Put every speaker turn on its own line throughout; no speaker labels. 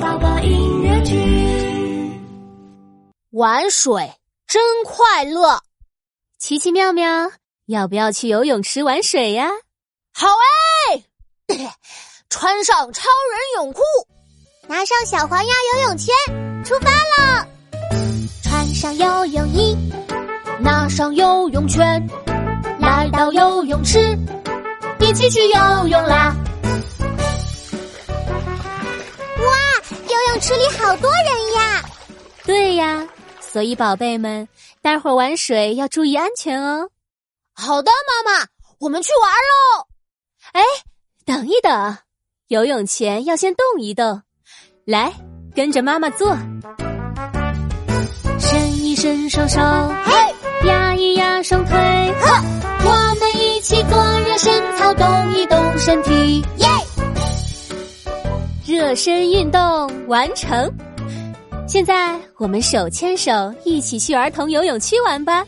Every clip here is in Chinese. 宝宝音乐剧。
玩水真快乐！奇奇妙妙，要不要去游泳池玩水呀？好哎！ 穿上超人泳裤，
拿上小黄鸭游泳圈，出发了！穿上游泳衣，
拿上游泳圈，来到游泳池，一起去游泳啦！
游泳池里好多人呀！
对呀，所以宝贝们，待会儿玩水要注意安全哦。好的，妈妈，我们去玩喽。哎，等一等，游泳前要先动一动。来，跟着妈妈做，伸一伸双手，嘿，压一压双腿，呵，我们一起做热身操，动一动身体，耶！热身运动完成。现在我们手牵手一起去儿童游泳区玩吧。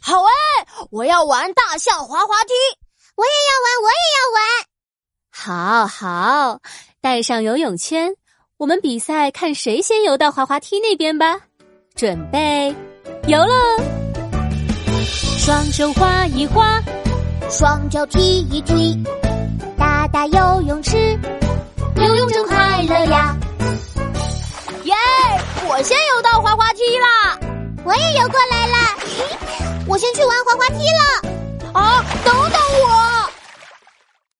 好哎，我要玩大象滑滑梯。
我也要玩，我也要玩！
好好，带上游泳圈，我们比赛看谁先游到滑滑梯那边吧。准备，游喽！双手划一划，
双脚踢一踢，大大游泳池，
游泳真快乐呀！耶！我先游到滑滑梯啦！
我也游过来了。我先去玩滑滑梯了。
哦啊，等等我！